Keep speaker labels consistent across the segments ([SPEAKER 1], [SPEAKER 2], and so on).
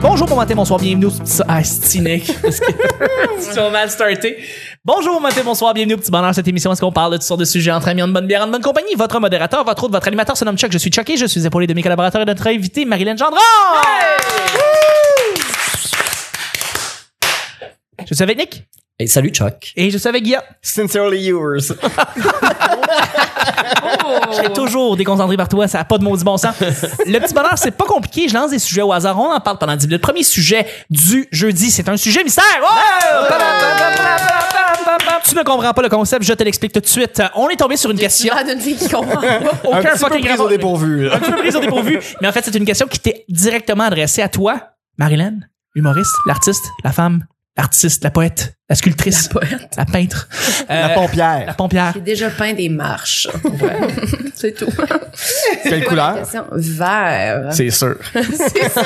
[SPEAKER 1] Bonjour, bon matin, bonsoir, bienvenue au petit... Ah, cynique, parce que tu vas mal starter. Bonjour, bon matin, bonsoir, bienvenue au petit bonheur. Cette émission, est-ce qu'on parle de toutes sortes de sujets entre amis, en bonne bière, en bonne compagnie? Votre modérateur, votre autre, votre animateur se nomme Chuck. Je suis Chuck et je suis épaulé de mes collaborateurs et de notre invité, Marilyn Gendron! Wouh! Je suis avec Nick
[SPEAKER 2] Hey, salut Chuck.
[SPEAKER 1] et je suis avec Guillaume.
[SPEAKER 3] Sincerely yours.
[SPEAKER 1] Je suis toujours déconcentré par toi, ça n'a pas de maudit bon sens. Le petit bonheur, c'est pas compliqué. Je lance des sujets au hasard. On en parle pendant 10 minutes. Le premier sujet du jeudi, c'est un sujet mystère. Ouais! Tu ne comprends pas le concept, je te l'explique tout de suite. On est tombé sur une question.
[SPEAKER 4] Ah, d'une fille qui comprend pas.
[SPEAKER 1] Aucun
[SPEAKER 3] Un petit peu
[SPEAKER 1] fucking
[SPEAKER 3] prise
[SPEAKER 1] rapport.
[SPEAKER 3] au dépourvu. là.
[SPEAKER 1] Un petit peu prise au dépourvu. Mais en fait, c'est une question qui t'est directement adressée à toi, Marilyn, humoriste, l'artiste, la femme, l'artiste, la poète, la sculptrice, la,
[SPEAKER 4] poète.
[SPEAKER 1] peintre,
[SPEAKER 3] La
[SPEAKER 1] euh, la
[SPEAKER 3] pompière.
[SPEAKER 1] pompière.
[SPEAKER 4] J'ai déjà peint des marches. C'est tout.
[SPEAKER 3] Quelle couleur?
[SPEAKER 4] Question vert.
[SPEAKER 3] C'est sûr.
[SPEAKER 4] C'est ça.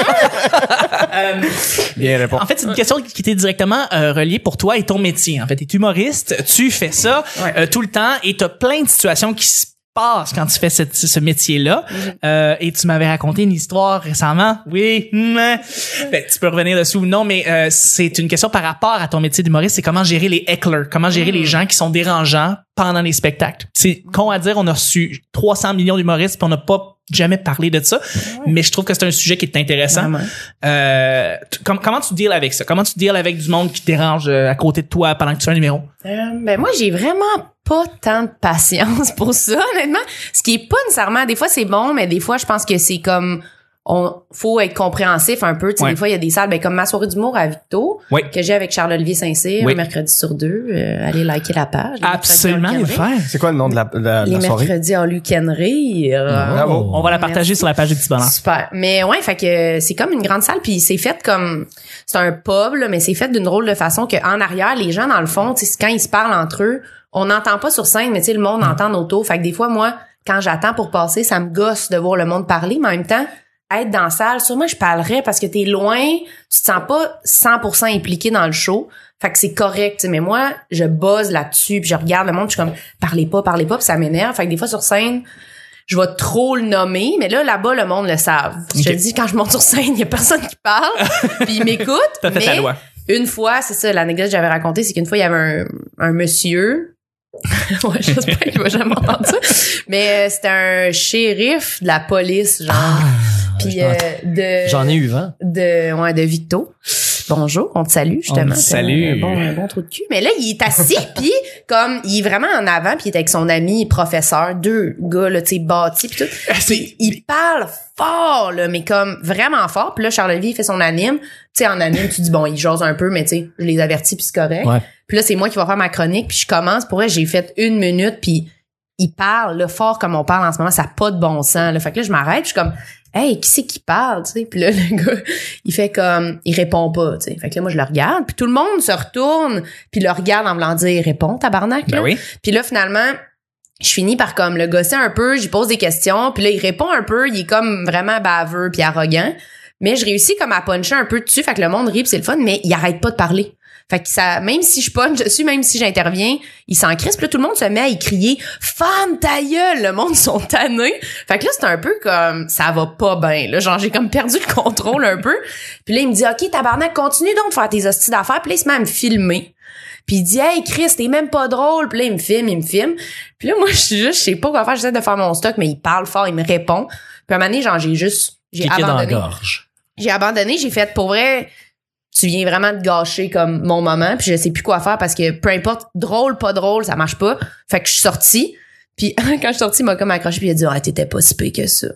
[SPEAKER 3] Bien répondu.
[SPEAKER 1] En fait, c'est une question qui était directement euh, reliée pour toi et ton métier. En fait, tu es humoriste, tu fais ça
[SPEAKER 4] Ouais.
[SPEAKER 1] euh, tout le temps et tu as plein de situations qui se passent quand tu fais cette- ce métier-là. Euh, et tu m'avais raconté une histoire récemment. Oui. hmm, hein. Ben, tu peux revenir dessus ou non, mais euh, c'est une question par rapport à ton métier d'humoriste. C'est comment gérer les hecklers, comment gérer les gens qui sont dérangeants pendant les spectacles. C'est con à dire, on a reçu 300 millions d'humoristes puis on n'a pas jamais parlé de ça, mais je trouve que c'est un sujet qui est intéressant.
[SPEAKER 2] Ah
[SPEAKER 4] Vraiment.
[SPEAKER 1] Euh, tu- com- comment tu deals avec ça? Comment tu deals avec du monde qui te dérange euh, à côté de toi pendant que tu fais un numéro?
[SPEAKER 4] Euh, ben moi, j'ai vraiment pas tant de patience pour ça, honnêtement. Ce qui est pas nécessairement, des fois c'est bon, mais des fois je pense que c'est comme on faut être compréhensif un peu. Tu sais,
[SPEAKER 1] Ouais.
[SPEAKER 4] Des fois, il y a des salles, ben, comme ma soirée d'humour à Victo,
[SPEAKER 1] Oui.
[SPEAKER 4] que j'ai avec Charles-Olivier Saint-Cyr,
[SPEAKER 1] Oui.
[SPEAKER 4] un mercredi sur deux. Euh, allez liker la page. Les
[SPEAKER 1] Absolument, il
[SPEAKER 4] mercredis
[SPEAKER 1] le
[SPEAKER 4] en Luc
[SPEAKER 1] faire.
[SPEAKER 3] C'est quoi le nom de la, de la- de
[SPEAKER 4] Henry.
[SPEAKER 3] la
[SPEAKER 4] Les
[SPEAKER 3] soirée?
[SPEAKER 4] mercredis en Luc Henry. Euh,
[SPEAKER 3] Bravo.
[SPEAKER 1] On va la partager sur la page du petit bonheur.
[SPEAKER 4] Super. Mais ouais, fait que euh, c'est comme une grande salle puis c'est fait comme c'est un pub là, mais c'est fait d'une drôle de façon que en arrière les gens dans le fond, tu sais quand ils se parlent entre eux, on n'entend pas sur scène mais tu sais le monde entend autour. Fait que des fois moi quand j'attends pour passer, ça me gosse de voir le monde parler, mais en même temps être dans la salle, sûrement je parlerais parce que t'es loin, tu te sens pas 100% impliqué dans le show. Fait que c'est correct, tu sais, mais moi, je buzz là-dessus, puis je regarde le monde, je suis comme, parlez pas, parlez pas, puis ça m'énerve. Fait que des fois, sur scène, je vais trop le nommer, mais là, là-bas, le monde le savent. Je te dis, quand je monte sur scène, il y a personne qui parle, puis ils m'écoutent.
[SPEAKER 1] T'as fait
[SPEAKER 4] mais
[SPEAKER 1] ta loi.
[SPEAKER 4] Une fois, c'est ça, l'anecdote que j'avais racontée, c'est qu'une fois, il y avait un, un monsieur. ouais, j'espère qu'il va jamais entendre ça. Mais euh, c'était un shérif de la police, genre. puis euh, de
[SPEAKER 2] J'en ai eu vent.
[SPEAKER 4] de ouais, de Victo. Bonjour, on te salue justement.
[SPEAKER 1] On te salue.
[SPEAKER 4] Un Bon, un bon trou de cul. Mais là, il est assis, puis comme il est vraiment en avant, puis il est avec son ami professeur, deux gars là, tu sais, bâtis puis tout. Puis il parle fort là, mais comme vraiment fort. Puis là, Charles Olivier il fait son anime. Tu sais, en anime, tu dis bon, il jase un peu, mais tu sais, je les avertis, puis c'est correct.
[SPEAKER 2] Ouais.
[SPEAKER 4] Puis là, c'est moi qui vais faire ma chronique, puis je commence. Pour vrai, j'ai fait une minute, puis il parle là, fort comme on parle en ce moment, ça n'a pas de bon sens. Là. Fait que là, je m'arrête, puis je suis comme Hey, qui c'est qui parle? Tu sais? Puis là, le gars, il fait comme il répond pas. Tu sais. Fait que là, moi, je le regarde, puis tout le monde se retourne, puis le regarde en voulant dire Réponds, tabarnak. là.
[SPEAKER 1] Ben oui.
[SPEAKER 4] Puis là, finalement, je finis par comme le gosser un peu, j'y pose des questions, puis là, il répond un peu, il est comme vraiment baveux puis arrogant. Mais je réussis comme à puncher un peu dessus, fait que le monde rit, puis c'est le fun, mais il arrête pas de parler. Fait que ça, même si je punch dessus, même si j'interviens, il s'en crispe. Puis là, tout le monde se met à y crier « Femme ta gueule! » Le monde sont tannés. Fait que là, c'est un peu comme « Ça va pas bien. » Là, genre, j'ai comme perdu le contrôle un peu. Puis là, il me dit « Ok, tabarnak, continue donc de faire tes hosties d'affaires. » Puis là, il se met à me filmer. Puis il dit Hey Chris, t'es même pas drôle. Puis là, il me filme, il me filme. Puis là, moi, je suis juste, je sais pas quoi faire, j'essaie de faire mon stock, mais il parle fort, il me répond. Puis à un moment donné, genre, j'ai juste. J'ai
[SPEAKER 2] Cliquer dans la
[SPEAKER 4] abandonné.
[SPEAKER 2] gorge.
[SPEAKER 4] J'ai abandonné, j'ai fait pour vrai. Tu viens vraiment de gâcher comme mon moment, puis je sais plus quoi faire parce que peu importe, drôle, pas drôle, ça marche pas. Fait que je suis sortie. Puis quand je suis sortie, il m'a comme accroché, puis il a dit Ah, t'étais pas si pire que ça.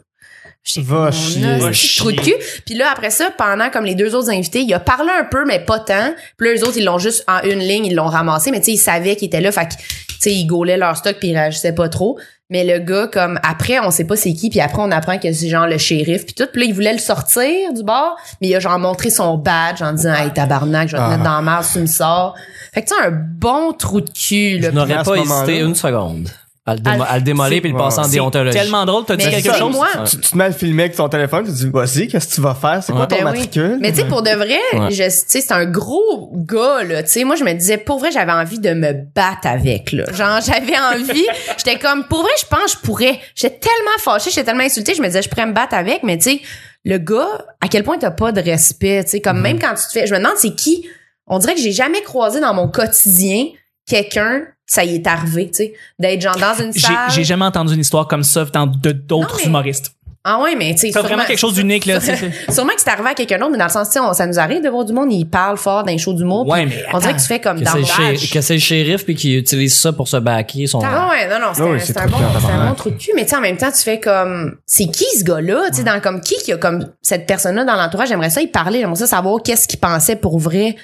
[SPEAKER 4] J'étais
[SPEAKER 3] Va
[SPEAKER 4] comme,
[SPEAKER 3] chier.
[SPEAKER 4] Mon
[SPEAKER 3] Va
[SPEAKER 4] hostie de trou de cul. Puis là, après ça, pendant comme les deux autres invités, il a parlé un peu, mais pas tant. Puis là, les autres, ils l'ont juste en une ligne, ils l'ont ramassé, mais tu sais, ils savaient qu'il était là. Fait que, tu sais, ils gaulaient leur stock puis ils réagissaient pas trop. Mais le gars, comme, après, on sait pas c'est qui, puis après, on apprend que c'est genre le shérif puis tout. Puis là, il voulait le sortir du bar, mais il a genre montré son badge en disant, hey, tabarnak, je vais te
[SPEAKER 3] Ah.
[SPEAKER 4] mettre dans la merde si tu me sors. Fait que tu sais, un bon trou de cul,
[SPEAKER 2] Je
[SPEAKER 4] là.
[SPEAKER 3] puis
[SPEAKER 2] n'aurais
[SPEAKER 3] à ce
[SPEAKER 2] pas hésité
[SPEAKER 3] moment-là-
[SPEAKER 2] une seconde à le, démo-
[SPEAKER 4] À-
[SPEAKER 2] à le démoler puis le
[SPEAKER 3] C'est-
[SPEAKER 2] passer en
[SPEAKER 3] c'est
[SPEAKER 2] déontologie.
[SPEAKER 1] Tellement drôle, t'as dit
[SPEAKER 4] Mais
[SPEAKER 1] quelque
[SPEAKER 4] c'est
[SPEAKER 1] chose.
[SPEAKER 4] moi.
[SPEAKER 3] Tu, tu te mets à le filmer avec ton téléphone, tu te dis, vas-y, qu'est-ce que tu vas faire? C'est quoi ton
[SPEAKER 4] Ben oui.
[SPEAKER 3] matricule?
[SPEAKER 4] Mais tu sais, pour de vrai,
[SPEAKER 2] Ouais.
[SPEAKER 4] je- tu sais, c'est un gros gars, là. Tu sais, moi, je me disais, pour vrai, j'avais envie de me battre avec, là. Genre, j'avais envie. J'étais comme, pour vrai, je pense, que je pourrais. J'étais tellement fâchée, j'étais tellement insultée, je me disais, je pourrais me battre avec, mais tu sais, le gars, à quel point t'as pas de respect, tu sais,
[SPEAKER 1] Mhm.
[SPEAKER 4] comme même quand tu te fais, je me demande c'est qui. On dirait que j'ai jamais croisé dans mon quotidien quelqu'un, ça y est arrivé, tu sais, d'être genre dans une
[SPEAKER 1] J'ai-
[SPEAKER 4] salle.
[SPEAKER 1] J'ai jamais entendu une histoire comme ça dans de- d'autres
[SPEAKER 4] Non, mais-
[SPEAKER 1] humoristes.
[SPEAKER 4] Ah ouais, mais tu sais,
[SPEAKER 1] C'est
[SPEAKER 4] sûrement-
[SPEAKER 1] vraiment quelque chose d'unique, là. tu sais.
[SPEAKER 4] Sûrement que c'est arrivé à quelqu'un d'autre, mais dans le sens, tu sais, on- ça nous arrive de voir du monde, il parle fort d'un show d'humour. puis
[SPEAKER 1] Ouais, mais.
[SPEAKER 4] On dirait
[SPEAKER 1] attends.
[SPEAKER 4] que tu fais comme
[SPEAKER 2] Que
[SPEAKER 4] dans
[SPEAKER 2] c'est
[SPEAKER 4] le
[SPEAKER 2] le shérif- que c'est le shérif puis qui utilise ça pour se baquer son.
[SPEAKER 4] Ah ouais, non, non, c'est
[SPEAKER 3] Ah
[SPEAKER 4] un-
[SPEAKER 3] oui,
[SPEAKER 4] c'est
[SPEAKER 3] c'est
[SPEAKER 4] un,
[SPEAKER 3] trop cute,
[SPEAKER 4] bon,
[SPEAKER 3] en
[SPEAKER 4] c'est un
[SPEAKER 3] tabarnak.
[SPEAKER 4] bon trou de cul, mais tu sais, en même temps, tu fais comme, c'est qui ce gars-là? Tu sais, dans comme qui qui a comme cette personne-là dans l'entourage? J'aimerais ça y parler, j'aimerais ça savoir qu'est-ce qu'il pensait pour vrai.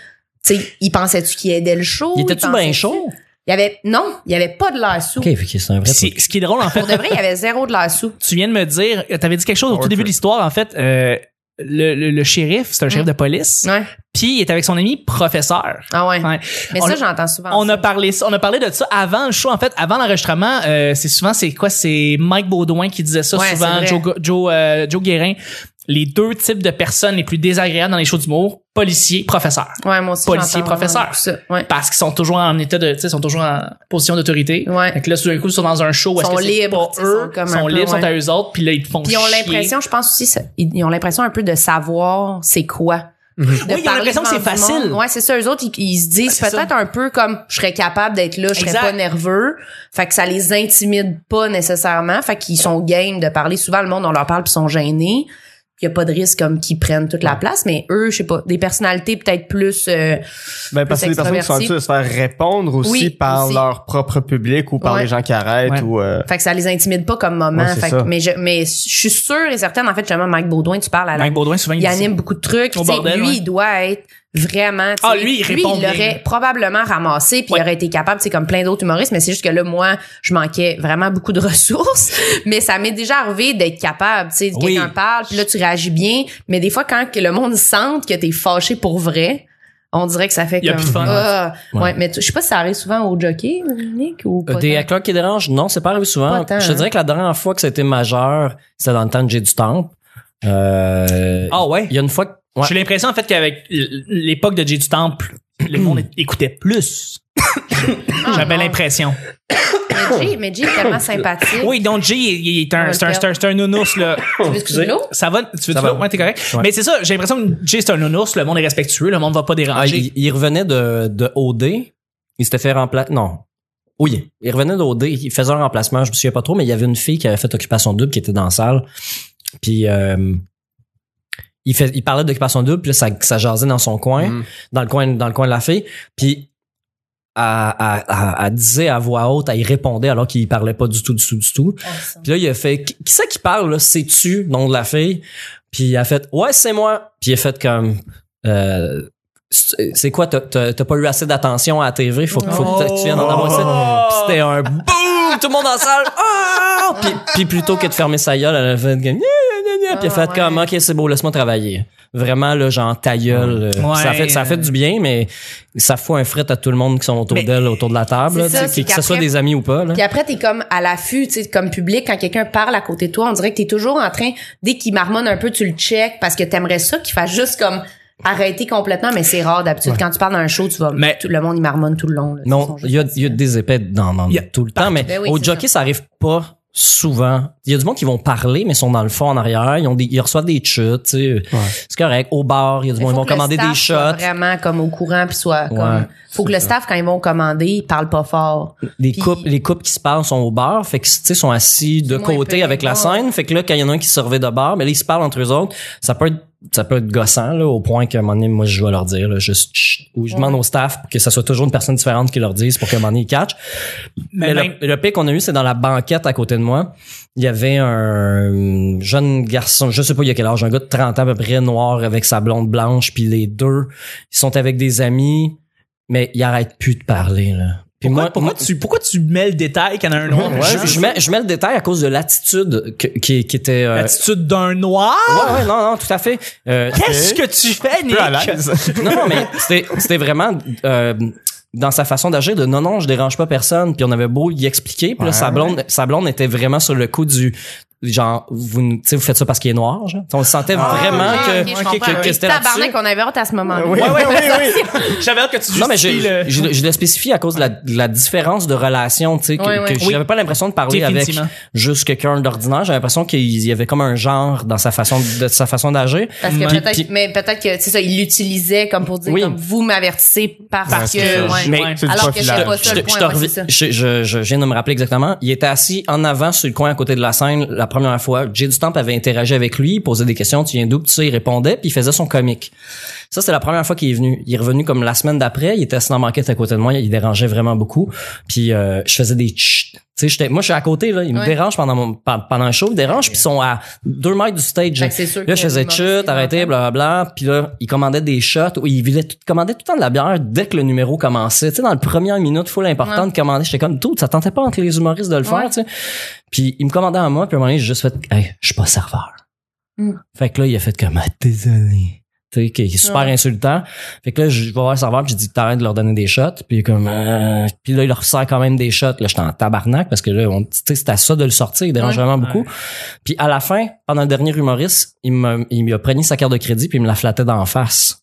[SPEAKER 4] Tu sais, il pensait-tu qu'il aidait le show?
[SPEAKER 2] Il était-tu
[SPEAKER 4] pensait-tu-
[SPEAKER 2] bien chaud?
[SPEAKER 4] Il y avait, non, il y avait pas de l'air sous.
[SPEAKER 2] Ok, fait que c'est un vrai.
[SPEAKER 1] Puis c'est- ce qui est drôle, en fait,
[SPEAKER 4] Pour de vrai, il y avait zéro de l'air sous.
[SPEAKER 1] tu viens de me dire, euh, t'avais dit quelque chose au tout
[SPEAKER 3] Orchard.
[SPEAKER 1] début de l'histoire, en fait, euh, le, le, le shérif, c'est un shérif de police,
[SPEAKER 4] Hum. Ouais.
[SPEAKER 1] puis il est avec son ami professeur.
[SPEAKER 4] Ah ouais.
[SPEAKER 1] Ouais.
[SPEAKER 4] Mais
[SPEAKER 1] On
[SPEAKER 4] ça,
[SPEAKER 1] a-
[SPEAKER 4] j'entends souvent.
[SPEAKER 1] On
[SPEAKER 4] ça.
[SPEAKER 1] a parlé, on a parlé de ça avant le show, en fait, avant l'enregistrement. euh, c'est souvent, c'est quoi, c'est Mike Baudouin qui disait ça
[SPEAKER 4] Ouais,
[SPEAKER 1] souvent,
[SPEAKER 4] c'est vrai.
[SPEAKER 1] Joe, Go- Joe, euh, Joe Guérin. Les deux types de personnes les plus désagréables dans les shows d'humour, policiers, professeurs.
[SPEAKER 4] Ouais, moi aussi.
[SPEAKER 1] policier,
[SPEAKER 4] j'entends
[SPEAKER 1] professeur.
[SPEAKER 4] beaucoup ça. Ouais.
[SPEAKER 1] Parce qu'ils sont toujours en état de, tu sais, sont toujours en position d'autorité.
[SPEAKER 4] Ouais.
[SPEAKER 1] Fait que là, tout d'un coup, ils sont dans un show où est-ce
[SPEAKER 4] Sont
[SPEAKER 1] que c'est
[SPEAKER 4] libres, tu
[SPEAKER 1] pas
[SPEAKER 4] sais,
[SPEAKER 1] eux,
[SPEAKER 4] sont comme un
[SPEAKER 1] sont
[SPEAKER 4] peu,
[SPEAKER 1] libres,
[SPEAKER 4] ouais.
[SPEAKER 1] sont à eux autres, puis là, ils te font
[SPEAKER 4] Puis ils ont
[SPEAKER 1] chier.
[SPEAKER 4] l'impression, je pense aussi, ça- ils ils ont l'impression un peu de savoir c'est quoi. De
[SPEAKER 1] Mhm. Oui, ils ont
[SPEAKER 4] parler
[SPEAKER 1] l'impression que c'est
[SPEAKER 4] devant du
[SPEAKER 1] facile.
[SPEAKER 4] monde. Ouais, c'est ça. Eux autres, ils, ils se disent
[SPEAKER 1] Ouais, c'est
[SPEAKER 4] peut-être un peu comme je serais capable d'être là, je serais
[SPEAKER 1] Exact.
[SPEAKER 4] pas nerveux. Fait que ça les intimide pas nécessairement. Fait qu'ils sont game de parler. Souvent, le monde, on leur parle puis ils sont gênés. Il y a pas de risque comme qu'ils prennent toute la place, mais eux, je sais pas, des personnalités peut-être plus. euh,
[SPEAKER 3] Ben, parce que
[SPEAKER 4] Plus
[SPEAKER 3] les personnes qui sont
[SPEAKER 4] extraverti.
[SPEAKER 3] habituées à se faire répondre aussi
[SPEAKER 4] Oui,
[SPEAKER 3] par
[SPEAKER 4] aussi.
[SPEAKER 3] leur propre public ou par
[SPEAKER 4] Ouais.
[SPEAKER 3] les gens qui arrêtent
[SPEAKER 1] Ouais.
[SPEAKER 3] ou euh,
[SPEAKER 4] fait que ça les intimide pas comme moment.
[SPEAKER 3] Ouais, c'est
[SPEAKER 4] fait que-
[SPEAKER 3] ça.
[SPEAKER 4] mais je, mais je suis sûre et certaine. En fait, justement, Mike Baudouin, tu parles à la
[SPEAKER 1] Mike Baudouin, souvent, il
[SPEAKER 4] il
[SPEAKER 1] dit ça.
[SPEAKER 4] anime beaucoup de trucs.
[SPEAKER 1] Au
[SPEAKER 4] Tu sais,
[SPEAKER 1] bordel,
[SPEAKER 4] lui,
[SPEAKER 1] ouais.
[SPEAKER 4] il doit être vraiment. tu
[SPEAKER 1] Ah,
[SPEAKER 4] sais,
[SPEAKER 1] lui, il répond
[SPEAKER 4] il
[SPEAKER 1] bien.
[SPEAKER 4] l'aurait probablement ramassé, puis
[SPEAKER 1] Ouais.
[SPEAKER 4] il aurait été capable, c'est comme plein d'autres humoristes, mais c'est juste que là, moi, je manquais vraiment beaucoup de ressources. mais ça m'est déjà arrivé d'être capable, tu sais,
[SPEAKER 1] Oui.
[SPEAKER 4] quelqu'un parle, puis là, tu réagis bien. Mais des fois, quand que le monde sente que t'es fâché pour vrai, on dirait que ça fait
[SPEAKER 1] Il y a
[SPEAKER 4] comme.
[SPEAKER 1] plus de fun.
[SPEAKER 4] Ah, ouais.
[SPEAKER 2] Ouais.
[SPEAKER 4] mais tu- je sais pas si ça arrive souvent au jockey, Nick, ou pas.
[SPEAKER 2] Euh, Des
[SPEAKER 4] tant.
[SPEAKER 2] hackers qui dérangent? Non, c'est pas arrivé souvent.
[SPEAKER 4] Pas tant,
[SPEAKER 2] je te dirais que la dernière fois que ça a été majeur, c'était dans le temps de J'ai du temps. Euh,
[SPEAKER 3] Oh.
[SPEAKER 1] Ah ouais?
[SPEAKER 2] Il y a une fois que. ouais.
[SPEAKER 1] J'ai l'impression en fait qu'avec l- l'époque de Jay du Temple, le monde é- écoutait plus.
[SPEAKER 4] Ah,
[SPEAKER 1] J'avais
[SPEAKER 4] non.
[SPEAKER 1] l'impression.
[SPEAKER 4] Mais Jay, mais Jay est tellement sympathique.
[SPEAKER 1] Oui, donc Jay, il il est
[SPEAKER 4] On va
[SPEAKER 1] un,
[SPEAKER 4] le
[SPEAKER 1] c'est un, c'est un, c'est un nounours, là.
[SPEAKER 4] Tu veux que tu l'eau?
[SPEAKER 1] Ça va? Tu veux
[SPEAKER 2] Ça
[SPEAKER 1] du
[SPEAKER 2] va.
[SPEAKER 1] l'eau? Ouais, t'es correct.
[SPEAKER 2] Ouais.
[SPEAKER 1] Mais c'est ça, j'ai l'impression que Jay, c'est un nounours, le monde est respectueux, le monde va pas
[SPEAKER 2] Ah,
[SPEAKER 1] déranger.
[SPEAKER 2] il, il revenait de, de OD. Il s'était fait remplacer. Non. Oui. Il revenait d'OD. Il faisait un remplacement. Je me souviens pas trop, mais il y avait une fille qui avait fait occupation double qui était dans la salle. Puis, euh, il, fait, il parlait d'occupation double. Puis là, ça, ça jasait dans son coin,
[SPEAKER 3] Mm.
[SPEAKER 2] dans, le coin dans le coin de la fille. Puis, elle, elle- elle- elle disait à voix haute, elle y répondait alors qu'il parlait pas du tout, du tout, du tout. Puis là, il a fait Qui qui c'est qui parle, là? C'est-tu, nom de la fille? Puis il a fait Ouais, c'est moi. Puis il a fait comme euh, C'est c'est quoi, t'as- t'as t'as pas eu assez d'attention à la TV? Faut, que- faut
[SPEAKER 4] Oh.
[SPEAKER 2] que tu viennes en avoir assez. Puis c'était un boum! Tout le monde en salle. Ah! Puis, puis plutôt que de fermer sa gueule, elle a fait comme Gna, gna, gna, gna. Puis elle a fait
[SPEAKER 4] Ah,
[SPEAKER 2] comme
[SPEAKER 4] ouais.
[SPEAKER 2] Ok, c'est beau, laisse-moi travailler. Vraiment, là, genre, ta gueule. euh,
[SPEAKER 1] Ouais,
[SPEAKER 2] ça, fait, ça fait
[SPEAKER 1] euh,
[SPEAKER 2] du bien, mais ça fout un fret à tout le monde qui sont autour
[SPEAKER 1] Mais-
[SPEAKER 2] d'elle, autour de la
[SPEAKER 4] C'est
[SPEAKER 2] table, là,
[SPEAKER 4] ça,
[SPEAKER 2] tu sais,
[SPEAKER 4] c'est
[SPEAKER 2] que, que ce soit
[SPEAKER 4] qu'après-
[SPEAKER 2] des amis ou pas. Là.
[SPEAKER 4] Puis après, t'es comme à l'affût, tu sais, comme public, quand quelqu'un parle à côté de toi, on dirait que t'es toujours en train, dès qu'il marmonne un peu, tu le check parce que t'aimerais ça qu'il fasse juste comme arrêter complètement, mais c'est rare d'habitude. Quand tu parles dans un show, tu vas,
[SPEAKER 1] Mais-
[SPEAKER 4] tout le monde, il marmonne tout le long. là. Ils
[SPEAKER 2] Non,
[SPEAKER 4] sont juste
[SPEAKER 2] il y a,
[SPEAKER 4] fatigués.
[SPEAKER 2] il y a des épais dans, dans
[SPEAKER 1] Il y a-
[SPEAKER 2] tout le temps, mais
[SPEAKER 4] Ben oui,
[SPEAKER 2] au
[SPEAKER 4] c'est
[SPEAKER 2] jockey, ça arrive pas souvent. Il y a du monde qui vont parler, mais sont dans le fond en arrière. Ils, ont des, ils reçoivent des chutes, tu sais. C'est correct. Au bar, il y a du
[SPEAKER 4] Mais
[SPEAKER 2] monde,
[SPEAKER 4] faut
[SPEAKER 2] ils vont
[SPEAKER 4] que le
[SPEAKER 2] commander des
[SPEAKER 4] staff
[SPEAKER 2] shots.
[SPEAKER 4] soit Vraiment comme au courant, puis soit comme.
[SPEAKER 2] Ouais,
[SPEAKER 4] faut que le staff, quand ils vont commander, ils parlent pas fort.
[SPEAKER 2] Les
[SPEAKER 4] Puis-
[SPEAKER 2] couples, les couples qui se parlent sont au bar, fait que, tu sais, sont assis de
[SPEAKER 4] C'est moins
[SPEAKER 2] côté
[SPEAKER 4] pire,
[SPEAKER 2] avec la
[SPEAKER 4] ouais.
[SPEAKER 2] scène. Fait que là, quand il y en a un qui se revêt de bar, mais là, ils se parlent entre eux autres. Ça peut être, ça peut être gossant, là, au point qu'à un moment donné, moi, je dois leur dire, là, juste, chut, ou je demande au staff que ça soit toujours une personne différente qui leur dise pour qu'à un moment donné, ils catchent.
[SPEAKER 1] Mais
[SPEAKER 2] Mais
[SPEAKER 1] même-
[SPEAKER 2] le, le pire qu'on a eu, c'est dans la banquette à côté de moi. Il y avait un jeune garçon, je sais pas il y a quel âge, un gars de 30 ans à peu près, noir, avec sa blonde blanche, puis les deux, ils sont avec des amis, mais ils arrêtent plus de parler, là. Puis
[SPEAKER 1] pourquoi,
[SPEAKER 2] moi,
[SPEAKER 1] pourquoi tu, pourquoi tu mets le détail qu'il y en a un noir?
[SPEAKER 2] moi,
[SPEAKER 1] Je-
[SPEAKER 2] je, je mets, je mets le détail à cause de l'attitude que- qui, qui était... euh,
[SPEAKER 1] L'attitude d'un noir?
[SPEAKER 2] ouais, ouais, non, non, tout à fait. Euh,
[SPEAKER 1] Qu'est-ce que tu fais, Nick?
[SPEAKER 3] peu à l'aise.
[SPEAKER 2] non, non, mais c'était c'était vraiment euh, dans sa façon d'agir de non, non, je dérange pas personne. Puis on avait beau y expliquer. Puis là,
[SPEAKER 3] Ouais.
[SPEAKER 2] sa blonde, sa blonde était vraiment sur le coup du genre vous ne- tu sais, vous faites ça parce qu'il est noir genre. on sentait
[SPEAKER 1] Ah,
[SPEAKER 2] vraiment
[SPEAKER 1] ok,
[SPEAKER 2] que
[SPEAKER 1] ok, je comprends.
[SPEAKER 2] que, que c'était là-dessus.
[SPEAKER 4] Tabarnak, on avait hâte à ce moment-là.
[SPEAKER 3] Oui,
[SPEAKER 1] Ouais,
[SPEAKER 3] oui,
[SPEAKER 1] ouais, ouais,
[SPEAKER 3] oui, oui.
[SPEAKER 1] J'avais hâte que tu
[SPEAKER 2] non mais je,
[SPEAKER 1] justifies le-
[SPEAKER 2] je, je le spécifie à cause de la, de la différence de relation, tu sais, que,
[SPEAKER 4] Ouais, ouais.
[SPEAKER 2] que
[SPEAKER 1] Oui.
[SPEAKER 2] j'avais pas l'impression de parler avec
[SPEAKER 1] Définitivement.
[SPEAKER 2] juste quelqu'un d'ordinaire. J'avais l'impression qu'il y avait comme un genre dans sa façon de sa façon d'agir.
[SPEAKER 4] Parce que
[SPEAKER 1] Ouais.
[SPEAKER 2] Puis-
[SPEAKER 4] peut-être, mais peut-être que, c'est ça, il l'utilisait comme pour dire,
[SPEAKER 2] Oui.
[SPEAKER 4] comme vous m'avertissez parce,
[SPEAKER 2] Parce
[SPEAKER 4] que,
[SPEAKER 2] que-
[SPEAKER 4] ouais.
[SPEAKER 2] mais-
[SPEAKER 3] C'est du
[SPEAKER 4] Alors que je sais
[SPEAKER 3] profilage.
[SPEAKER 4] pas ça,
[SPEAKER 2] Je
[SPEAKER 4] le
[SPEAKER 2] te- je te
[SPEAKER 4] point, ouais,
[SPEAKER 2] revi-
[SPEAKER 4] c'est ça.
[SPEAKER 2] je- je- je- je viens de me rappeler exactement. Il était assis en avant sur le coin à côté de la scène la première fois. Jay du Temple avait interagi avec lui, il posait des questions, tu viens d'où, tout ça, il répondait, puis il faisait son comique. Ça, c'est la première fois qu'il est venu. Il est revenu comme la semaine d'après, il était assis dans ma banquette à côté de moi, il dérangeait vraiment beaucoup. Puis euh, je faisais des tch. Tu sais, j'étais- moi, je suis à côté, là, il me
[SPEAKER 4] Ouais.
[SPEAKER 2] dérange pendant mon, pa- pendant le show, il me dérange, puis ils sont à deux mètres du stage.
[SPEAKER 4] Fait que c'est sûr
[SPEAKER 2] Là,
[SPEAKER 4] que
[SPEAKER 2] je faisais
[SPEAKER 4] l'humoriste, il
[SPEAKER 2] chut,
[SPEAKER 4] l'entend.
[SPEAKER 2] arrêtez, blablabla. Puis là, il commandait des shots. Ou il voulait tout, commandait tout le temps de la bière dès que le numéro commençait. Tu sais, dans le première minute, full important
[SPEAKER 4] Ouais.
[SPEAKER 2] de commander. J'étais comme, tout, ça tentait pas entre les humoristes de le faire,
[SPEAKER 4] Ouais.
[SPEAKER 2] tu sais. Puis il me commandait à moi, puis à un moment donné, j'ai juste fait, hey, je suis pas serveur.
[SPEAKER 4] Mm.
[SPEAKER 2] Fait que là, il a fait comme, Ah, désolé. Tu sais, qui est super
[SPEAKER 4] Ouais.
[SPEAKER 2] insultant. Fait que là, je vais voir le serveur, puis j'ai dit, t'arrêtes de leur donner des shots. Puis comme, euh, puis là, il leur sert quand même des shots. Là, j'étais en tabarnak parce que là, on, tu sais, c'était à ça de le sortir. Il dérange
[SPEAKER 4] Ouais.
[SPEAKER 2] vraiment beaucoup. Puis à la fin, pendant le dernier humoriste, il me, il m'a pris sa carte de crédit puis il me la flattait d'en face.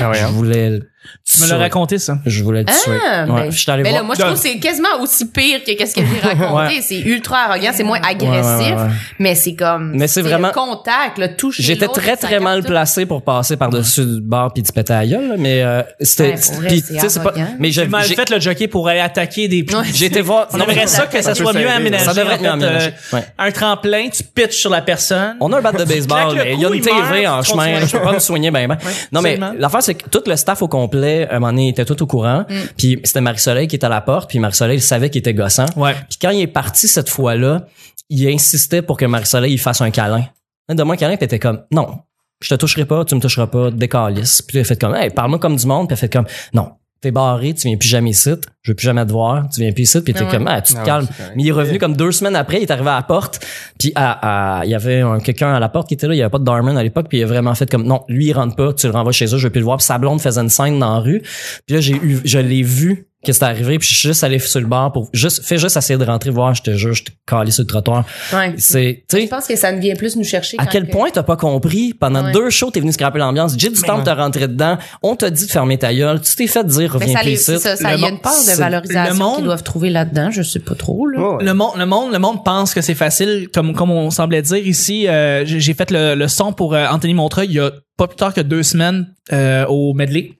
[SPEAKER 3] Ah, ouais,
[SPEAKER 2] Je
[SPEAKER 3] hein.
[SPEAKER 2] voulais le
[SPEAKER 1] Tu me
[SPEAKER 2] tuer.
[SPEAKER 1] l'as raconté, ça.
[SPEAKER 2] Je voulais le
[SPEAKER 4] Ah,
[SPEAKER 2] tuer.
[SPEAKER 4] ben-
[SPEAKER 2] Ouais, je suis allé
[SPEAKER 4] Mais là,
[SPEAKER 2] voir.
[SPEAKER 4] moi, je trouve que c'est quasiment aussi pire que qu'est-ce que j'ai raconté. C'est ultra arrogant, c'est moins agressif,
[SPEAKER 2] Ouais, ouais, ouais, ouais.
[SPEAKER 4] mais c'est comme.
[SPEAKER 2] Mais c'est
[SPEAKER 4] le
[SPEAKER 2] vraiment-
[SPEAKER 4] contact, le toucher.
[SPEAKER 2] J'étais
[SPEAKER 4] l'autre,
[SPEAKER 2] très
[SPEAKER 4] ça
[SPEAKER 2] très mal
[SPEAKER 4] capte tout.
[SPEAKER 2] placé pour passer par-dessus du bar puis de se péter à la gueule, là, mais euh,
[SPEAKER 4] Ouais,
[SPEAKER 2] c'était
[SPEAKER 4] pour vrai,
[SPEAKER 2] puis,
[SPEAKER 4] c'est
[SPEAKER 2] tu sais, c'est pas
[SPEAKER 4] arrogant.
[SPEAKER 2] mais
[SPEAKER 1] J'ai
[SPEAKER 2] j'ai
[SPEAKER 1] mal
[SPEAKER 2] j'ai-
[SPEAKER 1] fait le jockey pour aller attaquer des
[SPEAKER 4] Ouais.
[SPEAKER 2] j'ai été voir
[SPEAKER 1] On aimerait ça que ça
[SPEAKER 3] Ça
[SPEAKER 1] soit
[SPEAKER 3] peut
[SPEAKER 1] mieux
[SPEAKER 3] s'aider.
[SPEAKER 1] aménagé.
[SPEAKER 2] ça devrait être mieux
[SPEAKER 1] en fait,
[SPEAKER 2] aménagé.
[SPEAKER 1] euh,
[SPEAKER 2] Ouais.
[SPEAKER 1] Un tremplin, tu pitches sur la personne.
[SPEAKER 2] On a un bat de baseball,
[SPEAKER 1] claques le
[SPEAKER 2] mais il y a
[SPEAKER 1] cou,
[SPEAKER 2] une
[SPEAKER 1] il meurt,
[SPEAKER 2] TV en
[SPEAKER 1] tu
[SPEAKER 2] chemin.
[SPEAKER 1] continues.
[SPEAKER 2] là, Je peux pas me soigner ben ben. non, mais
[SPEAKER 1] absolument. Mm.
[SPEAKER 2] l'affaire, c'est que tout le staff au complet, euh, à un moment donné, était tout au courant. Puis c'était Marie-Soleil qui était à la porte, puis Marie-Soleil savait qu'il était gossant.
[SPEAKER 1] Ouais.
[SPEAKER 2] Puis quand il est parti cette fois-là, il insistait pour que Marie-Soleil il fasse un câlin. Donne-moi un câlin, puis elle était comme, non, je te toucherai pas, tu me toucheras pas, décalisse. Puis elle a fait comme, hey, parle-moi comme du monde, puis elle a fait comme, non, t'es barré, tu viens plus jamais ici, je veux plus jamais te voir, tu viens plus ici, puis elle était
[SPEAKER 4] Ah ouais.
[SPEAKER 2] comme, ah, tu te
[SPEAKER 3] Ah ouais,
[SPEAKER 2] calmes.
[SPEAKER 3] c'est correct.
[SPEAKER 2] Mais il est revenu comme deux semaines après, il est arrivé à la porte, puis à, à- il y avait un- quelqu'un à la porte qui était là, il y avait pas de barman à l'époque, puis il a vraiment fait comme, non, lui il rentre pas, tu le renvoies chez eux, je veux plus le voir. Puis sa blonde faisait une scène dans la rue, puis là j'ai eu, je l'ai vu que c'est arrivé, puis je suis juste allé sur le bar pour juste, fais juste essayer de rentrer voir, je te jure, je te calé sur le trottoir.
[SPEAKER 4] Ouais.
[SPEAKER 2] C'est, tu sais,
[SPEAKER 4] Je pense que ça ne vient plus nous chercher.
[SPEAKER 2] à
[SPEAKER 4] quand
[SPEAKER 2] quel
[SPEAKER 4] que-
[SPEAKER 2] point t'as pas compris pendant
[SPEAKER 4] Ouais.
[SPEAKER 2] deux shows t'es venu scraper l'ambiance Jay du temps t'as rentré dedans on t'a dit de fermer ta gueule tu t'es fait dire
[SPEAKER 4] Mais
[SPEAKER 2] reviens
[SPEAKER 4] Ben, ça,
[SPEAKER 2] plus
[SPEAKER 4] les-
[SPEAKER 2] ici
[SPEAKER 4] c'est ça, ça,
[SPEAKER 1] Le
[SPEAKER 4] il y a
[SPEAKER 1] monde-
[SPEAKER 4] une part de
[SPEAKER 1] c'est-
[SPEAKER 4] valorisation
[SPEAKER 1] le monde-
[SPEAKER 4] qu'ils doivent trouver là-dedans, je sais pas trop, là.
[SPEAKER 3] Ouais, ouais.
[SPEAKER 1] Le monde, le monde, le monde pense que c'est facile, comme comme on semblait dire ici. euh, j'ai j'ai fait le, le son pour euh, Anthony Montreuil il y a pas plus tard que deux semaines euh, au medley.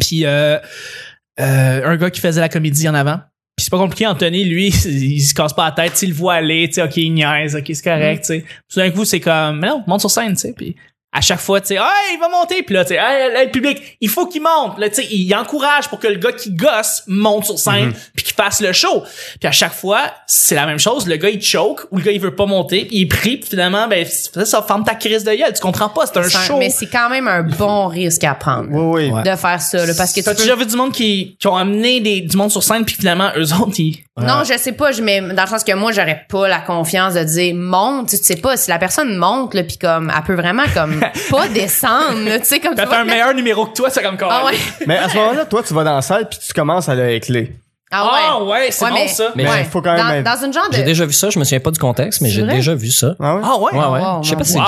[SPEAKER 1] Puis euh, euh, un gars qui faisait la comédie en avant. Puis c'est pas compliqué, Anthony, lui, il se casse pas la tête, il le voit aller, tu sais, ok, il niaise, ok, c'est correct,
[SPEAKER 4] Mm.
[SPEAKER 1] tu sais. Tout d'un coup, c'est comme, mais non, monte sur scène, tu sais. Puis à chaque fois, tu sais, hey, il va monter, puis là, tu sais, hey, hey, le public, il faut qu'il monte, là, tu sais, il encourage pour que le gars qui gosse monte sur scène,
[SPEAKER 4] Mm-hmm.
[SPEAKER 1] puis qu'il fasse le show. Puis à chaque fois, c'est la même chose, le gars il choke ou le gars il veut pas monter, puis il prie, puis finalement, ben ça ça forme ta crise de gueule, tu comprends pas, c'est un
[SPEAKER 4] C'est un-
[SPEAKER 1] show.
[SPEAKER 4] Mais c'est quand même un bon risque à prendre.
[SPEAKER 3] Oui, oui.
[SPEAKER 2] Ouais.
[SPEAKER 4] De faire ça, là, parce que tu
[SPEAKER 1] T'as
[SPEAKER 4] peux-
[SPEAKER 1] déjà vu du monde qui, qui ont amené des, du monde sur scène puis finalement eux autres ils
[SPEAKER 4] Non, je sais pas, je mais dans le sens que moi j'aurais pas la confiance de dire monte, tu sais pas si la personne monte là puis comme elle peut vraiment comme pas descendre, là, tu sais comme
[SPEAKER 1] T'as
[SPEAKER 4] tu
[SPEAKER 1] fait
[SPEAKER 4] vois-
[SPEAKER 1] un meilleur numéro que toi, c'est comme quoi.
[SPEAKER 4] Ah ouais.
[SPEAKER 3] Mais à ce moment-là, toi, tu vas dans la salle puis tu commences à le clés.
[SPEAKER 4] Ah
[SPEAKER 1] Ah
[SPEAKER 4] ouais.
[SPEAKER 1] ouais, c'est
[SPEAKER 4] Ouais,
[SPEAKER 1] bon
[SPEAKER 4] mais-
[SPEAKER 1] ça.
[SPEAKER 2] Mais
[SPEAKER 4] ouais.
[SPEAKER 3] il faut quand même
[SPEAKER 4] dans,
[SPEAKER 3] être-
[SPEAKER 4] dans une genre de
[SPEAKER 2] j'ai déjà vu ça je me souviens pas du contexte mais
[SPEAKER 4] C'est
[SPEAKER 2] j'ai
[SPEAKER 4] vrai?
[SPEAKER 2] déjà vu ça
[SPEAKER 3] Ah ouais?
[SPEAKER 1] Ah ouais.
[SPEAKER 2] ouais ouais
[SPEAKER 4] Wow,
[SPEAKER 2] je sais pas
[SPEAKER 4] wow,
[SPEAKER 2] si
[SPEAKER 1] wow.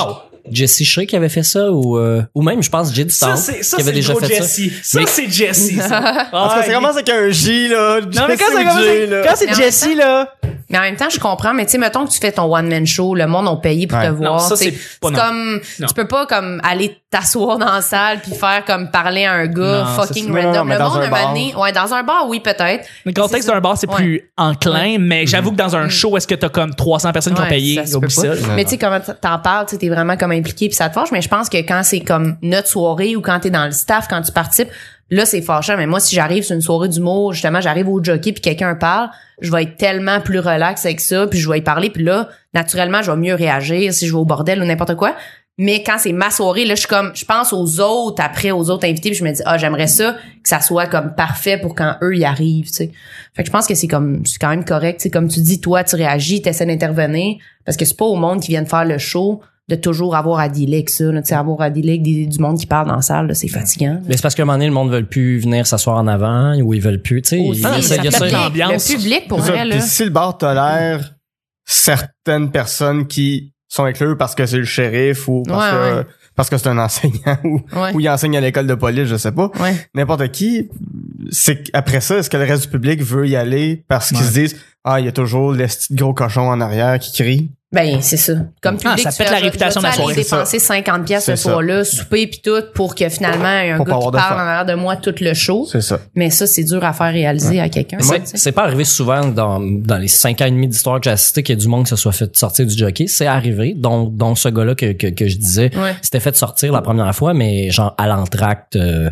[SPEAKER 2] c'est Jesse Shea qui avait fait ça ou euh, ou même je pense Jay du
[SPEAKER 1] Ça
[SPEAKER 2] Temple
[SPEAKER 1] c'est ça
[SPEAKER 2] qui
[SPEAKER 1] c'est
[SPEAKER 2] avait
[SPEAKER 1] le
[SPEAKER 2] déjà
[SPEAKER 1] gros
[SPEAKER 2] fait
[SPEAKER 1] Jesse. Ça,
[SPEAKER 2] Mais-
[SPEAKER 1] c'est Jesse. ça.
[SPEAKER 3] En tout
[SPEAKER 1] Ah,
[SPEAKER 3] cas, ça
[SPEAKER 1] il-
[SPEAKER 3] commence avec un J, là.
[SPEAKER 1] Non mais quand
[SPEAKER 3] Jesse
[SPEAKER 1] c'est comme
[SPEAKER 3] J,
[SPEAKER 1] ça-
[SPEAKER 3] là.
[SPEAKER 1] quand c'est
[SPEAKER 4] Mais en
[SPEAKER 1] Jesse
[SPEAKER 4] même
[SPEAKER 1] là,
[SPEAKER 4] Mais en même temps, je comprends, mais tu sais, mettons que tu fais ton one-man show, le monde ont payé pour
[SPEAKER 3] Ouais.
[SPEAKER 4] te
[SPEAKER 3] Non,
[SPEAKER 4] voir.
[SPEAKER 1] ça,
[SPEAKER 4] tu sais.
[SPEAKER 1] c'est pas
[SPEAKER 4] c'est
[SPEAKER 1] non.
[SPEAKER 4] comme,
[SPEAKER 1] Non.
[SPEAKER 4] tu peux pas comme aller t'asseoir dans la salle puis faire comme parler à un gars
[SPEAKER 1] Non, ça,
[SPEAKER 4] fucking
[SPEAKER 3] c'est- non, non,
[SPEAKER 4] random.
[SPEAKER 3] mais
[SPEAKER 4] le
[SPEAKER 3] dans
[SPEAKER 4] monde,
[SPEAKER 3] un
[SPEAKER 4] un moment
[SPEAKER 3] bar.
[SPEAKER 4] donné- ouais, dans un bar, oui, peut-être.
[SPEAKER 1] le contexte
[SPEAKER 4] C'est-
[SPEAKER 1] d'un bar c'est plus enclin, mais j'avoue que dans un show est-ce que t'as comme 300 personnes qui ont
[SPEAKER 4] Ouais,
[SPEAKER 1] payé
[SPEAKER 4] ça se
[SPEAKER 1] oublie
[SPEAKER 4] peut pas.
[SPEAKER 1] ça.
[SPEAKER 4] Mais tu sais, comment t- t'en parles, tu sais, t'es vraiment comme impliqué puis ça te fâche, mais je pense que quand c'est comme notre soirée ou quand t'es dans le staff, quand tu participes, là, c'est fâchant. Mais moi, si j'arrive sur une soirée d'humour, justement, j'arrive au jockey puis quelqu'un parle, je vais être tellement plus relax avec ça puis je vais y parler puis là, naturellement, je vais mieux réagir si je vais au bordel ou n'importe quoi. Mais quand c'est ma soirée, là, je suis comme, je pense aux autres après, aux autres invités, puis je me dis, ah, j'aimerais ça, que ça soit comme parfait pour quand eux y arrivent, tu sais. Fait que je pense que c'est comme, c'est quand même correct, tu sais, comme tu dis, toi, tu réagis, t'essaies d'intervenir, parce que c'est pas au monde qui vient de faire le show de toujours avoir à dealer avec ça, là, tu sais, avoir à dealer avec des- du monde qui parle dans la salle, là, c'est fatigant.
[SPEAKER 2] mais c'est parce qu'à un moment donné le monde veut plus venir s'asseoir en avant ou ils veulent plus tu sais il y
[SPEAKER 4] Aussi,
[SPEAKER 2] a ça- il y
[SPEAKER 4] le
[SPEAKER 2] a
[SPEAKER 1] fait
[SPEAKER 2] ça-
[SPEAKER 1] de
[SPEAKER 4] public-
[SPEAKER 1] l'ambiance.
[SPEAKER 4] Le public, pour
[SPEAKER 3] C'est ça.
[SPEAKER 4] vrai, là.
[SPEAKER 3] Puis si le bar tolère certaines personnes qui sont avec eux parce que c'est le shérif ou parce
[SPEAKER 4] Ouais,
[SPEAKER 3] que
[SPEAKER 4] ouais.
[SPEAKER 3] parce que c'est un enseignant ou,
[SPEAKER 4] Ouais.
[SPEAKER 3] ou il enseigne à l'école de police, je sais pas.
[SPEAKER 4] Ouais.
[SPEAKER 3] N'importe qui, c'est après ça, est-ce que le reste du public veut y aller parce qu'ils
[SPEAKER 1] Ouais.
[SPEAKER 3] se disent Ah, il y a toujours le petit gros cochon en arrière qui crie.
[SPEAKER 4] Ben, c'est ça. Comme
[SPEAKER 1] Ah,
[SPEAKER 4] public,
[SPEAKER 1] ça
[SPEAKER 4] tu
[SPEAKER 1] pète
[SPEAKER 4] fais,
[SPEAKER 1] la
[SPEAKER 4] je-
[SPEAKER 1] réputation
[SPEAKER 4] je vais-tu
[SPEAKER 1] de la
[SPEAKER 4] aller
[SPEAKER 3] soirée. C'est
[SPEAKER 4] dépenser 50 pièces ce
[SPEAKER 3] C'est ça.
[SPEAKER 4] soir-là, souper puis tout pour que finalement il y ait un
[SPEAKER 3] Pour pas
[SPEAKER 4] gars qui
[SPEAKER 3] avoir de
[SPEAKER 4] parle
[SPEAKER 3] faim.
[SPEAKER 4] en arrière de moi tout le show.
[SPEAKER 3] C'est ça.
[SPEAKER 4] Mais ça, c'est dur à faire réaliser à quelqu'un.
[SPEAKER 2] C'est-
[SPEAKER 4] tu sais.
[SPEAKER 2] C'est pas arrivé souvent dans, dans les cinq ans et demi d'histoire que j'ai assisté qu'il y ait du monde qui se soit fait sortir du jockey. C'est arrivé, dont, dont ce gars-là que, que, que je disais
[SPEAKER 4] Ouais.
[SPEAKER 2] c'était fait sortir la première fois, mais genre à l'entracte, euh,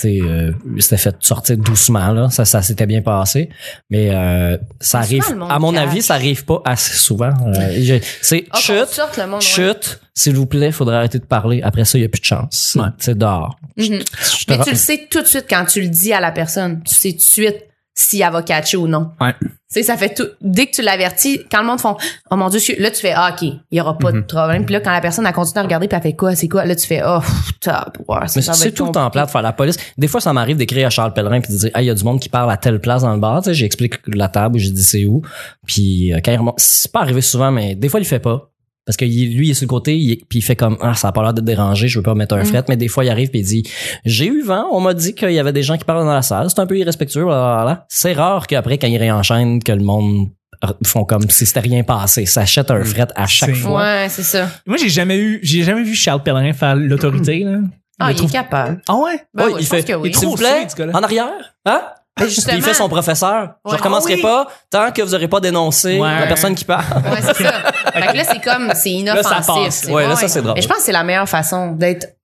[SPEAKER 2] tu sais, euh, c'était fait sortir doucement là. Ça, ça s'était bien passé, mais euh, ça
[SPEAKER 4] Mais
[SPEAKER 2] arrive.
[SPEAKER 4] souvent, le monde
[SPEAKER 2] À mon
[SPEAKER 4] cache.
[SPEAKER 2] avis, ça arrive pas assez souvent. Euh, je- c'est
[SPEAKER 4] Ah, qu'on
[SPEAKER 2] chute,
[SPEAKER 4] sorte le monde, ouais.
[SPEAKER 2] chute. S'il vous plaît, faudrait arrêter de parler. Après ça, il y a plus de chance. C'est dehors.
[SPEAKER 4] Mhm.
[SPEAKER 2] Je te
[SPEAKER 4] Mais
[SPEAKER 2] ra-
[SPEAKER 4] tu le sais tout de suite quand tu le dis à la personne. Tu sais tout de suite si elle va catcher ou non.
[SPEAKER 1] Ouais.
[SPEAKER 4] Tu sais, ça fait tout. Dès que tu l'avertis, quand le monde font Oh mon Dieu, je suis- là, tu fais Ah, OK, il y aura pas
[SPEAKER 2] Mhm.
[SPEAKER 4] de problème. Puis là, quand la personne a continué à regarder, puis elle fait quoi, c'est quoi, là, tu fais Oh, pff, top, ouais, ça,
[SPEAKER 2] Mais
[SPEAKER 4] ça va
[SPEAKER 2] c'est
[SPEAKER 4] être
[SPEAKER 2] tout le
[SPEAKER 4] compliqué.
[SPEAKER 2] temps plat de faire la police. Des fois, ça m'arrive d'écrire à Charles Pellerin puis de dire, hey, il y a du monde qui parle à telle place dans le bar. Tu sais, j'explique la table, j'ai dit c'est où. Puis euh, quand il remonte, c'est pas arrivé souvent, mais des fois, il le fait pas. Parce que il- lui, il est sur le côté, il, puis il fait comme, ah, ça a pas l'air de te déranger, je veux pas mettre un fret. Mais des fois, il arrive puis il dit, j'ai eu vent, on m'a dit qu'il y avait des gens qui parlent dans la salle, c'est un peu irrespectueux, blablabla. C'est rare qu'après, quand il réenchaîne, que le monde r- font comme si c'était rien passé, s'achète un fret à chaque
[SPEAKER 1] C'est-
[SPEAKER 2] fois.
[SPEAKER 4] Ouais, c'est ça.
[SPEAKER 1] Moi, j'ai jamais eu, j'ai jamais vu Charles Pellerin faire l'autorité, là.
[SPEAKER 4] Ah,
[SPEAKER 1] le
[SPEAKER 4] il,
[SPEAKER 1] trouve-
[SPEAKER 4] est capable.
[SPEAKER 1] Ah ouais?
[SPEAKER 4] Ben
[SPEAKER 2] Oui,
[SPEAKER 4] oui,
[SPEAKER 2] Oh, il
[SPEAKER 4] je pense
[SPEAKER 2] fait,
[SPEAKER 4] que oui.
[SPEAKER 2] s'il vous
[SPEAKER 1] Trop
[SPEAKER 2] plaît,
[SPEAKER 1] fin, ce gars-là.
[SPEAKER 2] en arrière, hein?
[SPEAKER 4] Ben,
[SPEAKER 2] Puis
[SPEAKER 4] justement.
[SPEAKER 2] il fait son professeur.
[SPEAKER 4] Ouais.
[SPEAKER 2] Je recommencerai
[SPEAKER 4] Ah oui.
[SPEAKER 2] pas tant que vous aurez pas dénoncé
[SPEAKER 1] Ouais.
[SPEAKER 2] la personne qui parle.
[SPEAKER 4] Ouais, c'est ça. fait que là, c'est comme, c'est
[SPEAKER 1] Là,
[SPEAKER 4] inoffensif.
[SPEAKER 1] ça passe.
[SPEAKER 4] tu sais.
[SPEAKER 2] Ouais, là, ça, c'est drôle.
[SPEAKER 4] Mais je pense que c'est la meilleure façon d'être.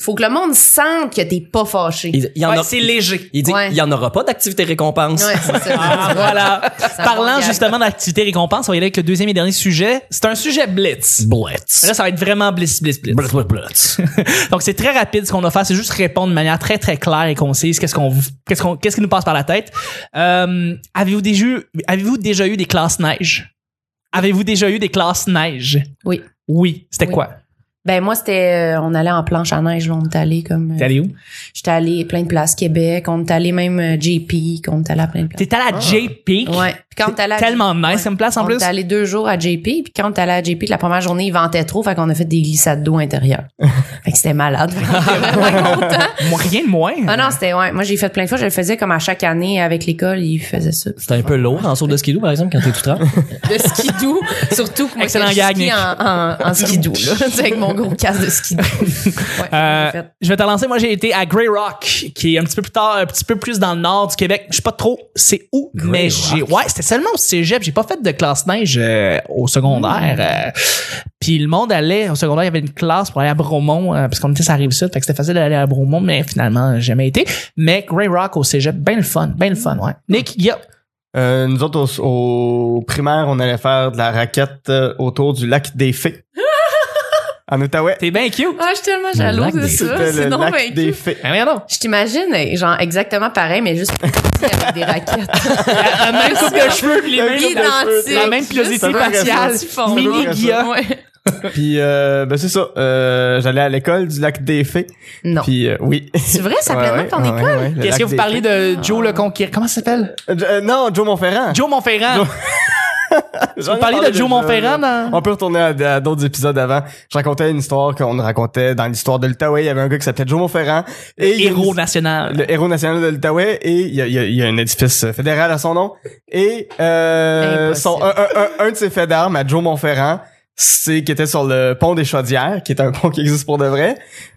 [SPEAKER 4] Faut que le monde sente que t'es pas fâché.
[SPEAKER 2] Il, il y en
[SPEAKER 1] Ouais,
[SPEAKER 2] a-
[SPEAKER 1] c'est léger.
[SPEAKER 2] il dit
[SPEAKER 4] Ouais.
[SPEAKER 2] il y en aura pas d'activité récompense.
[SPEAKER 4] Ouais, c'est ça.
[SPEAKER 1] Ah, voilà.
[SPEAKER 4] un bon
[SPEAKER 1] Parlant
[SPEAKER 4] gag.
[SPEAKER 1] justement d'activité récompense, on va y aller avec le deuxième et dernier sujet. C'est un sujet blitz.
[SPEAKER 2] Blitz.
[SPEAKER 1] Là, ça va être vraiment blitz, blitz, blitz.
[SPEAKER 2] Blitz, blitz, blitz.
[SPEAKER 1] Donc, c'est très rapide ce qu'on va faire. C'est juste répondre de manière très, très claire et concise. Qu'est-ce qu'on, qu'est-ce qu'on, qu'est-ce qui nous passe par la tête? Euh, avez-vous déjà, eu- avez-vous déjà eu des classes neige? Avez-vous déjà eu des classes neige?
[SPEAKER 4] Oui.
[SPEAKER 1] Oui. C'était
[SPEAKER 4] Oui.
[SPEAKER 1] quoi?
[SPEAKER 4] Ben moi c'était euh, on allait en planche à neige, là, on est allé comme euh,
[SPEAKER 1] T'es allé où?
[SPEAKER 4] j'étais allé plein de places Québec, on est allé même euh, JP, qu'on est allé à plein de places.
[SPEAKER 1] T'es allé à J-Peak.
[SPEAKER 4] Ouais. Puis quand t'allais à
[SPEAKER 1] Tellement nice
[SPEAKER 4] Ouais.
[SPEAKER 1] comme place en
[SPEAKER 4] on
[SPEAKER 1] plus.
[SPEAKER 4] est allé deux jours à JP, puis quand t'allais à JP, la première journée, il ventait trop, fait qu'on a fait des glissades d'eau intérieures. fait que c'était malade. Fait qu'on était vraiment contents.
[SPEAKER 1] Moi, rien de moins.
[SPEAKER 4] Ah non, c'était ouais. Moi j'ai fait plein de fois, je le faisais comme à chaque année avec l'école, ils faisaient ça.
[SPEAKER 2] C'était un peu lourd en saut de skidoo, par exemple, quand t'es tout tard.
[SPEAKER 4] de skidoo, surtout que moi
[SPEAKER 1] Excellent
[SPEAKER 4] je
[SPEAKER 1] gag,
[SPEAKER 4] skie
[SPEAKER 1] Nick.
[SPEAKER 4] en, en, en skidoo là, Tu sais, avec mon gros casque de skidoo. Ouais,
[SPEAKER 1] Euh,
[SPEAKER 4] j'ai fait.
[SPEAKER 1] je vais te lancer. Moi, j'ai été à Grey Rock, qui est un petit peu plus tard, un petit peu plus dans le nord du Québec. Je sais pas trop c'est où, mais j'ai, ouais, c'était seulement au cégep. J'ai pas fait de classe neige euh, au secondaire. euh. Puis le monde allait au secondaire, il y avait une classe pour aller à Bromont, euh, parce qu'on était sur la rive sud, fait que c'était facile d'aller à Bromont, mais finalement, j'ai jamais été. Mais Grey Rock au cégep, ben le fun, ben le fun, ouais. Nick, yep.
[SPEAKER 3] Euh, nous autres, au, au primaire, on allait faire de la raquette euh, autour du lac des Fées. en Outaouais.
[SPEAKER 1] T'es bien cute.
[SPEAKER 4] Ah, je suis tellement
[SPEAKER 2] lac
[SPEAKER 4] jalouse de
[SPEAKER 2] des-
[SPEAKER 4] ça. Ah, C'est
[SPEAKER 3] le
[SPEAKER 4] non
[SPEAKER 3] lac
[SPEAKER 4] vaincu.
[SPEAKER 3] des Fées.
[SPEAKER 1] Ah, mais non.
[SPEAKER 4] Je t'imagine, eh, genre, exactement pareil, mais juste plus petit avec des raquettes.
[SPEAKER 1] La même coupe de cheveux, puis les mêmes-
[SPEAKER 4] Identique.
[SPEAKER 1] la même
[SPEAKER 3] Ça
[SPEAKER 1] pilosité
[SPEAKER 3] peut rester-
[SPEAKER 1] faciale.
[SPEAKER 4] ça peut
[SPEAKER 1] Mini
[SPEAKER 3] rester-
[SPEAKER 1] Guilla.
[SPEAKER 4] Ouais.
[SPEAKER 3] Puis euh, ben c'est ça, euh, j'allais à l'école du lac des fées.
[SPEAKER 4] Non.
[SPEAKER 3] Puis euh, oui.
[SPEAKER 4] C'est vrai, ça
[SPEAKER 3] Ouais,
[SPEAKER 4] s'appelle même
[SPEAKER 3] ouais,
[SPEAKER 4] ton
[SPEAKER 3] ouais,
[SPEAKER 4] école?
[SPEAKER 3] ouais, le
[SPEAKER 1] Est-ce
[SPEAKER 3] lac
[SPEAKER 1] que vous
[SPEAKER 3] des
[SPEAKER 1] parlez
[SPEAKER 3] fées.
[SPEAKER 1] de Joe le conquérant? Comment ça s'appelle?
[SPEAKER 3] Euh, non, Joe Montferrand.
[SPEAKER 1] Ah. Joe Montferrand.
[SPEAKER 3] Joe-
[SPEAKER 1] Vous parlez de Joe Montferrand dans...
[SPEAKER 3] On peut retourner à, à d'autres épisodes avant. Je racontais une histoire qu'on racontait dans l'histoire de l'Outaouais. Il y avait un gars qui s'appelait Joe Montferrand. Et il y a une-
[SPEAKER 1] Héros national.
[SPEAKER 3] Le héros national de l'Outaouais. Et il y a, il y a- il y a un édifice fédéral à son nom. Et euh,
[SPEAKER 4] Impossible.
[SPEAKER 3] son, un, un- un- un de ses faits d'armes à Joe Montferrand, c'est qui était sur le pont des Chaudières, qui est un pont qui existe pour de vrai,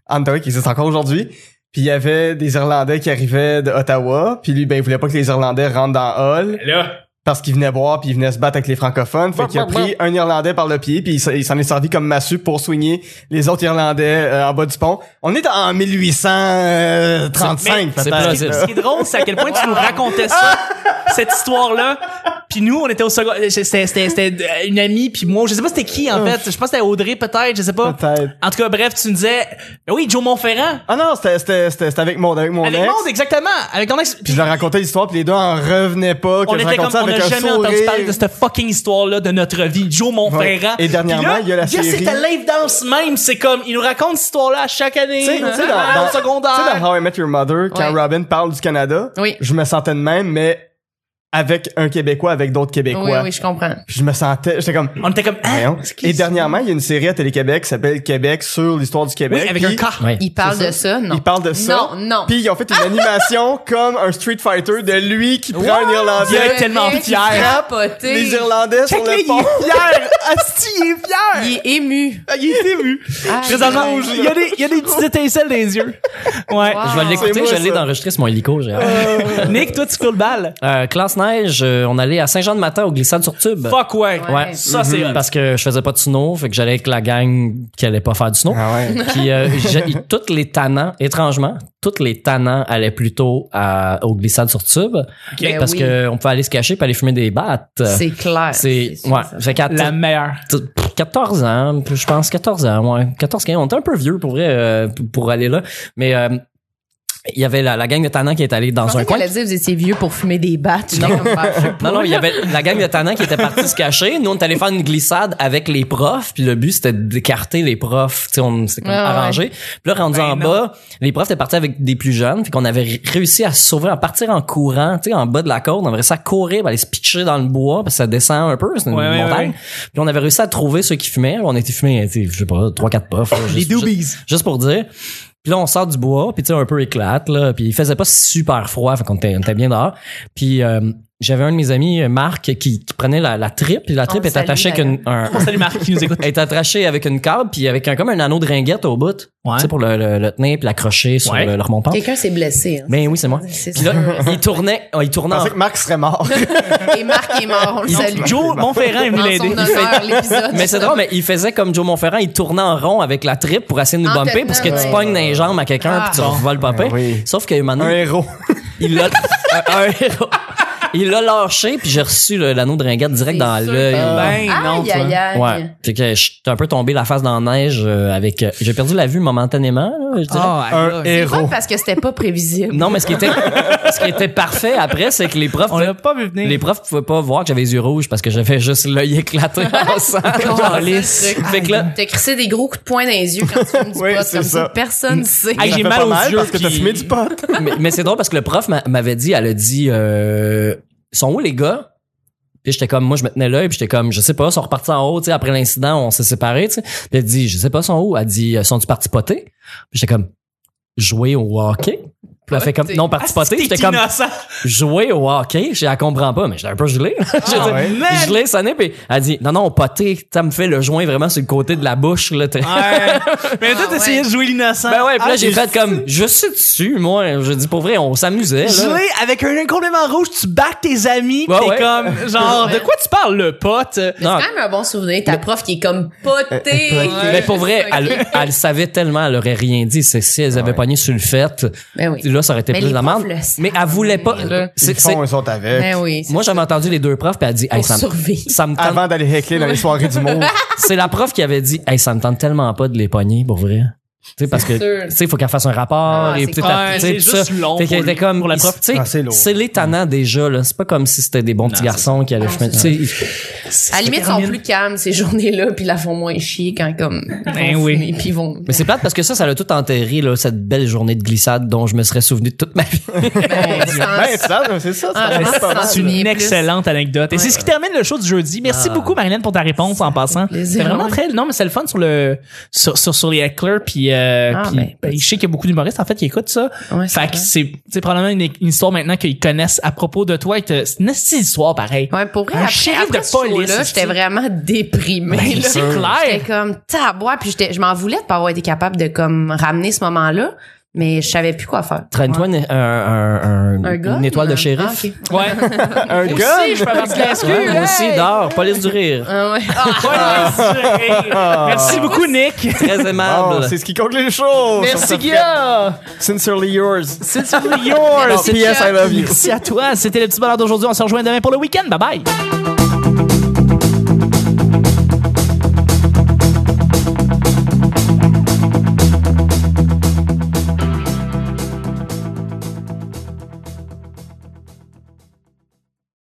[SPEAKER 3] en Outaouais, qui existe encore aujourd'hui. Puis il y avait des Irlandais qui arrivaient de Ottawa, puis lui ben il voulait pas que les Irlandais rentrent dans Hall
[SPEAKER 1] Là.
[SPEAKER 3] parce qu'il venait boire puis il venait se battre avec les francophones, fait qu'il a pris un Irlandais par le pied puis il s'en- il s'en est servi comme massue pour soigner les autres Irlandais euh, en bas du pont. On est en 1835
[SPEAKER 2] C'est- c'est
[SPEAKER 3] peut-être, Euh,
[SPEAKER 2] plausible.
[SPEAKER 3] là.
[SPEAKER 1] Ce qui est drôle, c'est à quel point tu nous racontais ça, cette histoire-là. Puis nous, on était au second... euh, C'était c'était- c'était une amie, puis moi, je sais pas c'était qui, en fait. Je pense que c'était Audrey, peut-être, je sais pas.
[SPEAKER 3] Peut-être.
[SPEAKER 1] En tout cas, bref, tu me disais... Ben Oui, Joe Montferrand.
[SPEAKER 3] Ah non, c'était c'était c'était c'était avec mon avec mon
[SPEAKER 1] Avec
[SPEAKER 3] ex.
[SPEAKER 1] Monde, exactement. Avec ton ex...
[SPEAKER 3] Puis je leur racontais l'histoire puis les deux en revenaient pas que
[SPEAKER 1] on
[SPEAKER 3] je
[SPEAKER 1] était
[SPEAKER 3] raconte
[SPEAKER 1] comme,
[SPEAKER 3] ça
[SPEAKER 1] on
[SPEAKER 3] avec
[SPEAKER 1] n'a
[SPEAKER 3] un
[SPEAKER 1] jamais
[SPEAKER 3] sourire.
[SPEAKER 1] entendu parler de cette fucking histoire-là de notre vie. Joe Monferrand.
[SPEAKER 3] Ouais. Et dernièrement,
[SPEAKER 1] Puis là,
[SPEAKER 3] il y a la
[SPEAKER 1] Yes,
[SPEAKER 3] série.
[SPEAKER 1] c'était live dance même. C'est comme, il nous raconte cette histoire-là à chaque année.
[SPEAKER 3] Tu sais, tu sais, dans,
[SPEAKER 1] Ah,
[SPEAKER 3] dans-
[SPEAKER 1] au
[SPEAKER 3] tu sais,
[SPEAKER 1] secondaire.
[SPEAKER 3] dans How I Met Your Mother, quand
[SPEAKER 4] Ouais.
[SPEAKER 3] Robin parle du Canada,
[SPEAKER 4] Oui.
[SPEAKER 3] je me sentais de même, mais avec un Québécois, avec d'autres
[SPEAKER 4] Oui,
[SPEAKER 3] Québécois.
[SPEAKER 4] oui, je comprends.
[SPEAKER 3] Puis je me sentais, j'étais comme,
[SPEAKER 1] On était comme, ah,
[SPEAKER 3] voyons. Et dernièrement, il y a une série à Télé-Québec qui s'appelle Québec sur l'histoire du
[SPEAKER 1] oui,
[SPEAKER 3] Québec.
[SPEAKER 1] avec
[SPEAKER 3] Puis
[SPEAKER 1] un cas.
[SPEAKER 2] Ouais.
[SPEAKER 4] Il parle
[SPEAKER 3] C'est
[SPEAKER 4] de ça, non.
[SPEAKER 3] Ils parlent de ça.
[SPEAKER 4] Non, non.
[SPEAKER 3] Puis ils ont fait une animation comme un Street Fighter de lui qui prend un
[SPEAKER 1] Il
[SPEAKER 3] Irlandais.
[SPEAKER 1] est tellement
[SPEAKER 4] Le mec, il
[SPEAKER 1] fier.
[SPEAKER 4] est capoté.
[SPEAKER 3] Les Irlandais sur
[SPEAKER 1] Check-le,
[SPEAKER 3] le
[SPEAKER 1] il
[SPEAKER 3] pont.
[SPEAKER 1] est
[SPEAKER 3] Fier! Asti, il est fier!
[SPEAKER 4] Il est ému.
[SPEAKER 3] Ah, Il était vu.
[SPEAKER 4] Ah,
[SPEAKER 1] Présentement,
[SPEAKER 4] il est-
[SPEAKER 1] il y a des, il y a des petites étincelles dans les yeux. Ouais.
[SPEAKER 4] Wow.
[SPEAKER 2] Je vais
[SPEAKER 3] C'est
[SPEAKER 2] l'écouter,
[SPEAKER 3] moi,
[SPEAKER 2] je
[SPEAKER 3] ça.
[SPEAKER 2] l'ai d'enregistrer sur mon hélico. j'ai hâte.
[SPEAKER 4] Euh.
[SPEAKER 1] Nick, toi, tu fous le bal.
[SPEAKER 2] Euh, classe neige, euh, on allait à Saint-Jean-de-Matin au glissade sur tube.
[SPEAKER 1] Fuck Mhm. ouais.
[SPEAKER 4] Ouais.
[SPEAKER 2] Ouais.
[SPEAKER 1] Ça, c'est hot.
[SPEAKER 2] Parce que je faisais pas de snow, fait que j'allais avec la gang qui allait pas faire du snow.
[SPEAKER 3] Ah ouais.
[SPEAKER 2] Puis euh, j'ai- toutes les tannants, étrangement, toutes les tannants allaient plutôt à, aux glissades sur tube
[SPEAKER 4] Ben
[SPEAKER 2] parce
[SPEAKER 4] oui.
[SPEAKER 2] que on pouvait aller se cacher puis aller fumer des battes.
[SPEAKER 4] C'est clair.
[SPEAKER 2] C'est
[SPEAKER 4] sûr,
[SPEAKER 2] ouais,
[SPEAKER 4] ça.
[SPEAKER 2] fait qu'à
[SPEAKER 1] La meilleure.
[SPEAKER 2] t- pff, 14 ans, je pense 14 ans, ouais, 14 15, on était un peu vieux pour vrai euh, p- pour aller là, mais euh, il y avait la, la gang de tannants qui est allée
[SPEAKER 4] Je
[SPEAKER 2] dans
[SPEAKER 4] pensais
[SPEAKER 2] un coin.
[SPEAKER 4] qu'elle a dit vous étiez vieux pour fumer des battes. Non,
[SPEAKER 2] Non, non, il y avait la gang de tannants qui était partie se cacher. Nous, on est allé faire une glissade avec les profs. Puis le but, c'était d'écarter les profs. Tu sais, on s'est comme
[SPEAKER 4] Ouais, ouais.
[SPEAKER 2] arrangé. Puis là, rendu
[SPEAKER 1] Ah Ben
[SPEAKER 2] en
[SPEAKER 1] non.
[SPEAKER 2] bas, les profs étaient partis avec des plus jeunes. Fait qu'on avait r- réussi à se sauver, à partir en courant, tu sais, en bas de la côte. On avait réussi à courir, à aller se pitcher dans le bois parce que ça descend un peu. C'est une
[SPEAKER 1] Ouais, ouais,
[SPEAKER 2] montagne.
[SPEAKER 1] ouais.
[SPEAKER 2] Puis on avait réussi à trouver ceux qui fumaient. On était fumés, tu sais, je sais pas, trois, quatre puffs. là,
[SPEAKER 1] Les
[SPEAKER 2] juste-
[SPEAKER 1] doobies.
[SPEAKER 2] juste pour dire. Puis là, on sort du bois, puis tu sais, un peu éclate, là. Puis il faisait pas super froid, fait qu'on était, on était bien dehors. Puis euh, j'avais un de mes amis, Marc, qui, qui prenait la, la tripe, puis la tripe
[SPEAKER 4] le
[SPEAKER 2] est
[SPEAKER 4] salue,
[SPEAKER 2] attachée avec
[SPEAKER 4] d'ailleurs.
[SPEAKER 2] une, un,
[SPEAKER 1] Salut Marc qui nous écoute.
[SPEAKER 2] est attachée avec une corde, puis avec un, comme un anneau de ringuette au bout,
[SPEAKER 1] Ouais.
[SPEAKER 2] tu sais, pour le, le, le tenir, puis l'accrocher sur
[SPEAKER 1] Ouais.
[SPEAKER 2] le, le remontant.
[SPEAKER 4] Quelqu'un s'est blessé. hein.
[SPEAKER 2] Ben oui, c'est moi.
[SPEAKER 4] C'est
[SPEAKER 2] Puis là,
[SPEAKER 4] sûr.
[SPEAKER 2] il tournait, oh, il tournait
[SPEAKER 3] Je
[SPEAKER 2] en
[SPEAKER 3] pensais que Marc serait mort.
[SPEAKER 4] Et Marc est mort, on le salue.
[SPEAKER 1] Joe Monferrand est venu
[SPEAKER 4] Dans
[SPEAKER 1] l'aider.
[SPEAKER 4] son honneur, l'épisode.
[SPEAKER 2] Mais c'est drôle, mais il faisait comme Joe Monferrand, il tournait en rond avec la tripe pour essayer de nous
[SPEAKER 4] En
[SPEAKER 2] bumper,
[SPEAKER 4] tenant,
[SPEAKER 2] parce que tu
[SPEAKER 4] ouais.
[SPEAKER 2] pognes dans les jambes à quelqu'un,
[SPEAKER 4] Ah.
[SPEAKER 2] puis tu vas le bumper.
[SPEAKER 3] Ah oui.
[SPEAKER 2] Sauf que maintenant,
[SPEAKER 3] un héros.
[SPEAKER 2] il l'a un- un héros. Il l'a lâché puis j'ai reçu le- l'anneau de ringuette direct
[SPEAKER 4] C'est
[SPEAKER 2] dans
[SPEAKER 4] sûr.
[SPEAKER 2] l'œil.
[SPEAKER 1] Ben non,
[SPEAKER 4] Aïe,
[SPEAKER 1] toi.
[SPEAKER 4] aïe, aïe.
[SPEAKER 2] Ouais. Fait que j'étais un peu tombé la face dans la neige euh, avec euh, j'ai perdu la vue momentanément là, je dirais.
[SPEAKER 4] Ah.
[SPEAKER 1] Ah,
[SPEAKER 3] Un
[SPEAKER 4] C'est pas
[SPEAKER 3] héros.
[SPEAKER 4] parce que c'était pas prévisible.
[SPEAKER 2] Non, mais ce qui était ce qui était parfait après c'est que les profs
[SPEAKER 1] On l'a pas vu venir.
[SPEAKER 2] les profs pouvaient pas voir que j'avais les yeux rouges parce que j'avais juste l'œil éclaté en sang.
[SPEAKER 4] Calisse.
[SPEAKER 2] Fait que là
[SPEAKER 4] T'as crissé des gros coups de poing dans les yeux quand tu fumes du
[SPEAKER 3] Oui,
[SPEAKER 4] pot,
[SPEAKER 3] c'est
[SPEAKER 4] comme
[SPEAKER 3] ça.
[SPEAKER 4] ça. Personne sait.
[SPEAKER 1] Aïe,
[SPEAKER 3] Ça
[SPEAKER 1] j'ai
[SPEAKER 3] fait
[SPEAKER 1] mal
[SPEAKER 3] pas
[SPEAKER 1] aux yeux,
[SPEAKER 3] parce que t'as
[SPEAKER 1] puis-
[SPEAKER 3] fumé du pot.
[SPEAKER 2] mais, mais c'est drôle parce que le prof m'a- m'avait dit, elle a dit, euh, sont où les gars? Puis j'étais comme, moi, je me tenais l'œil, puis j'étais comme, je sais pas, ils sont repartis en haut, tu sais, après l'incident, on s'est séparés, tu sais. Puis elle dit, je sais pas, sont où? Elle dit, sont-tu partis poter? Puis j'étais comme, jouer au hockey? Puis elle fait comme,
[SPEAKER 4] Poter.
[SPEAKER 2] non,
[SPEAKER 1] Ah,
[SPEAKER 2] partis poter.
[SPEAKER 1] c'est
[SPEAKER 2] J'étais comme,
[SPEAKER 1] innocent.
[SPEAKER 2] jouer au hockey? J'ai, elle comprend pas, mais j'étais un peu gelé. J'étais-
[SPEAKER 1] Ah,
[SPEAKER 3] ouais.
[SPEAKER 1] man.
[SPEAKER 2] Je l'ai sonné, puis elle dit, non, non, poter, ça me fait le joint vraiment sur le côté de la bouche, là. t'es-
[SPEAKER 1] Ouais. Mais toi,
[SPEAKER 4] Ah,
[SPEAKER 1] t'essayais
[SPEAKER 4] ouais.
[SPEAKER 1] de jouer l'innocent.
[SPEAKER 2] Ben ouais, puis là,
[SPEAKER 1] Ah,
[SPEAKER 2] j'ai fait comme, je suis dessus, moi. Je dis, pour vrai, on s'amusait, là.
[SPEAKER 1] Gelé, avec un complément rouge, tu bats tes amis, pis
[SPEAKER 2] Ouais,
[SPEAKER 1] t'es
[SPEAKER 2] ouais.
[SPEAKER 1] comme, genre, de quoi tu parles, le pote?
[SPEAKER 2] Non,
[SPEAKER 4] C'est quand même un bon souvenir. Ta prof qui est comme potée.
[SPEAKER 2] Mais pour vrai, elle, elle le savait tellement, elle aurait rien dit. C'est si elles avaient pogné sur le fait,
[SPEAKER 4] Ben oui.
[SPEAKER 2] là, ça aurait été
[SPEAKER 4] Mais
[SPEAKER 2] plus de
[SPEAKER 4] les
[SPEAKER 2] la merde.
[SPEAKER 4] profs le savent.
[SPEAKER 2] Mais elle voulait pas. c'est-
[SPEAKER 3] Ils
[SPEAKER 2] c'est-
[SPEAKER 3] font, ils sont avec.
[SPEAKER 4] Ben oui. c'est
[SPEAKER 2] moi, j'avais entendu les deux profs, puis elle a dit, hey,
[SPEAKER 4] Pour
[SPEAKER 2] ça, me-
[SPEAKER 4] survivre.
[SPEAKER 2] ça me tente.
[SPEAKER 3] Avant d'aller heckler dans les soirées du monde.
[SPEAKER 2] C'est la prof qui avait dit, hey, ça me tente tellement pas de les pogner, pour vrai. Tu sais, parce que,
[SPEAKER 4] sûr.
[SPEAKER 2] tu sais, faut qu'elle fasse un rapport,
[SPEAKER 4] Ah,
[SPEAKER 2] et
[SPEAKER 4] c'est
[SPEAKER 2] puis
[SPEAKER 4] clair.
[SPEAKER 2] t'as- tu sais,
[SPEAKER 1] Ouais,
[SPEAKER 2] tout
[SPEAKER 1] c'est
[SPEAKER 2] ça.
[SPEAKER 1] juste long
[SPEAKER 2] Fait qu'elle
[SPEAKER 1] pour
[SPEAKER 2] était
[SPEAKER 1] lui-
[SPEAKER 2] comme,
[SPEAKER 1] pour la prof.
[SPEAKER 2] tu sais,
[SPEAKER 3] Ah, c'est lourd.
[SPEAKER 2] c'est les tannants déjà, là. C'est pas comme si c'était des bons petits garçons qui allaient fumer. Tu sais,
[SPEAKER 4] À la limite, ils sont plus calmes ces journées-là, puis ils la font moins chier quand comme ils
[SPEAKER 1] Ben
[SPEAKER 4] vont
[SPEAKER 1] oui.
[SPEAKER 4] fumer, puis ils vont.
[SPEAKER 2] Mais c'est plate parce que ça, ça l'a tout enterré, là, cette belle journée de glissade dont je me serais souvenu de toute ma vie.
[SPEAKER 4] Ben, c'est
[SPEAKER 3] Ben, c'est ça, c'est ça.
[SPEAKER 4] Ah,
[SPEAKER 3] ça
[SPEAKER 4] je pense
[SPEAKER 3] reste pas
[SPEAKER 4] que
[SPEAKER 3] mal.
[SPEAKER 4] ça
[SPEAKER 1] C'est
[SPEAKER 4] Mais
[SPEAKER 1] une
[SPEAKER 4] plus.
[SPEAKER 1] excellente anecdote. Et c'est ce qui termine le show du jeudi. Merci beaucoup, Marilyn, pour ta réponse en passant.
[SPEAKER 4] Ah. plaisir.
[SPEAKER 1] C'est vraiment très, non, mais c'est le fun sur le, sur, sur, sur les hecklers puis, euh,
[SPEAKER 4] Ah,
[SPEAKER 1] puis-
[SPEAKER 4] ben,
[SPEAKER 1] ben, je sais qu'il y a beaucoup d'humoristes, en fait, qui écoutent ça.
[SPEAKER 4] Ouais, c'est
[SPEAKER 1] fait que
[SPEAKER 4] vrai.
[SPEAKER 1] c'est, c'est probablement une, une histoire maintenant qu'ils connaissent à propos de toi et te- c'est une petite histoire pareille.
[SPEAKER 4] Ouais, pour vrai,
[SPEAKER 1] Un
[SPEAKER 4] après,
[SPEAKER 1] shérif
[SPEAKER 4] après
[SPEAKER 1] de
[SPEAKER 4] ce
[SPEAKER 1] police,
[SPEAKER 4] show-là,
[SPEAKER 1] c'est-
[SPEAKER 4] j'étais vraiment déprimée.
[SPEAKER 1] Ben,
[SPEAKER 4] là.
[SPEAKER 1] c'est clair.
[SPEAKER 4] J'étais comme tabois, puis j'étais, je m'en voulais de pas avoir été capable de comme ramener ce moment-là, mais je savais plus quoi faire.
[SPEAKER 2] Traîne-toi une- un- un- un-
[SPEAKER 4] Un gars,
[SPEAKER 2] une étoile
[SPEAKER 4] un-
[SPEAKER 2] de shérif.
[SPEAKER 4] Ah, ok.
[SPEAKER 1] Ouais.
[SPEAKER 3] Un gars.
[SPEAKER 1] Aussi, je fais partie de la SQ.
[SPEAKER 2] Ouais, moi aussi,
[SPEAKER 1] Hey!
[SPEAKER 2] d'or, police du rire.
[SPEAKER 4] Ah, ouais. hein. Ah,
[SPEAKER 1] Ah. Merci beaucoup, Nick.
[SPEAKER 2] Très aimable.
[SPEAKER 3] Bon, Oh, c'est ce qui conclut les choses.
[SPEAKER 1] Merci, Guilla.
[SPEAKER 3] Sincerely yours.
[SPEAKER 1] Sincerely yours.
[SPEAKER 3] P.S. I love you.
[SPEAKER 1] Merci à toi. C'était le petit bonheur d'aujourd'hui. On se rejoint demain pour le week-end. Bye bye.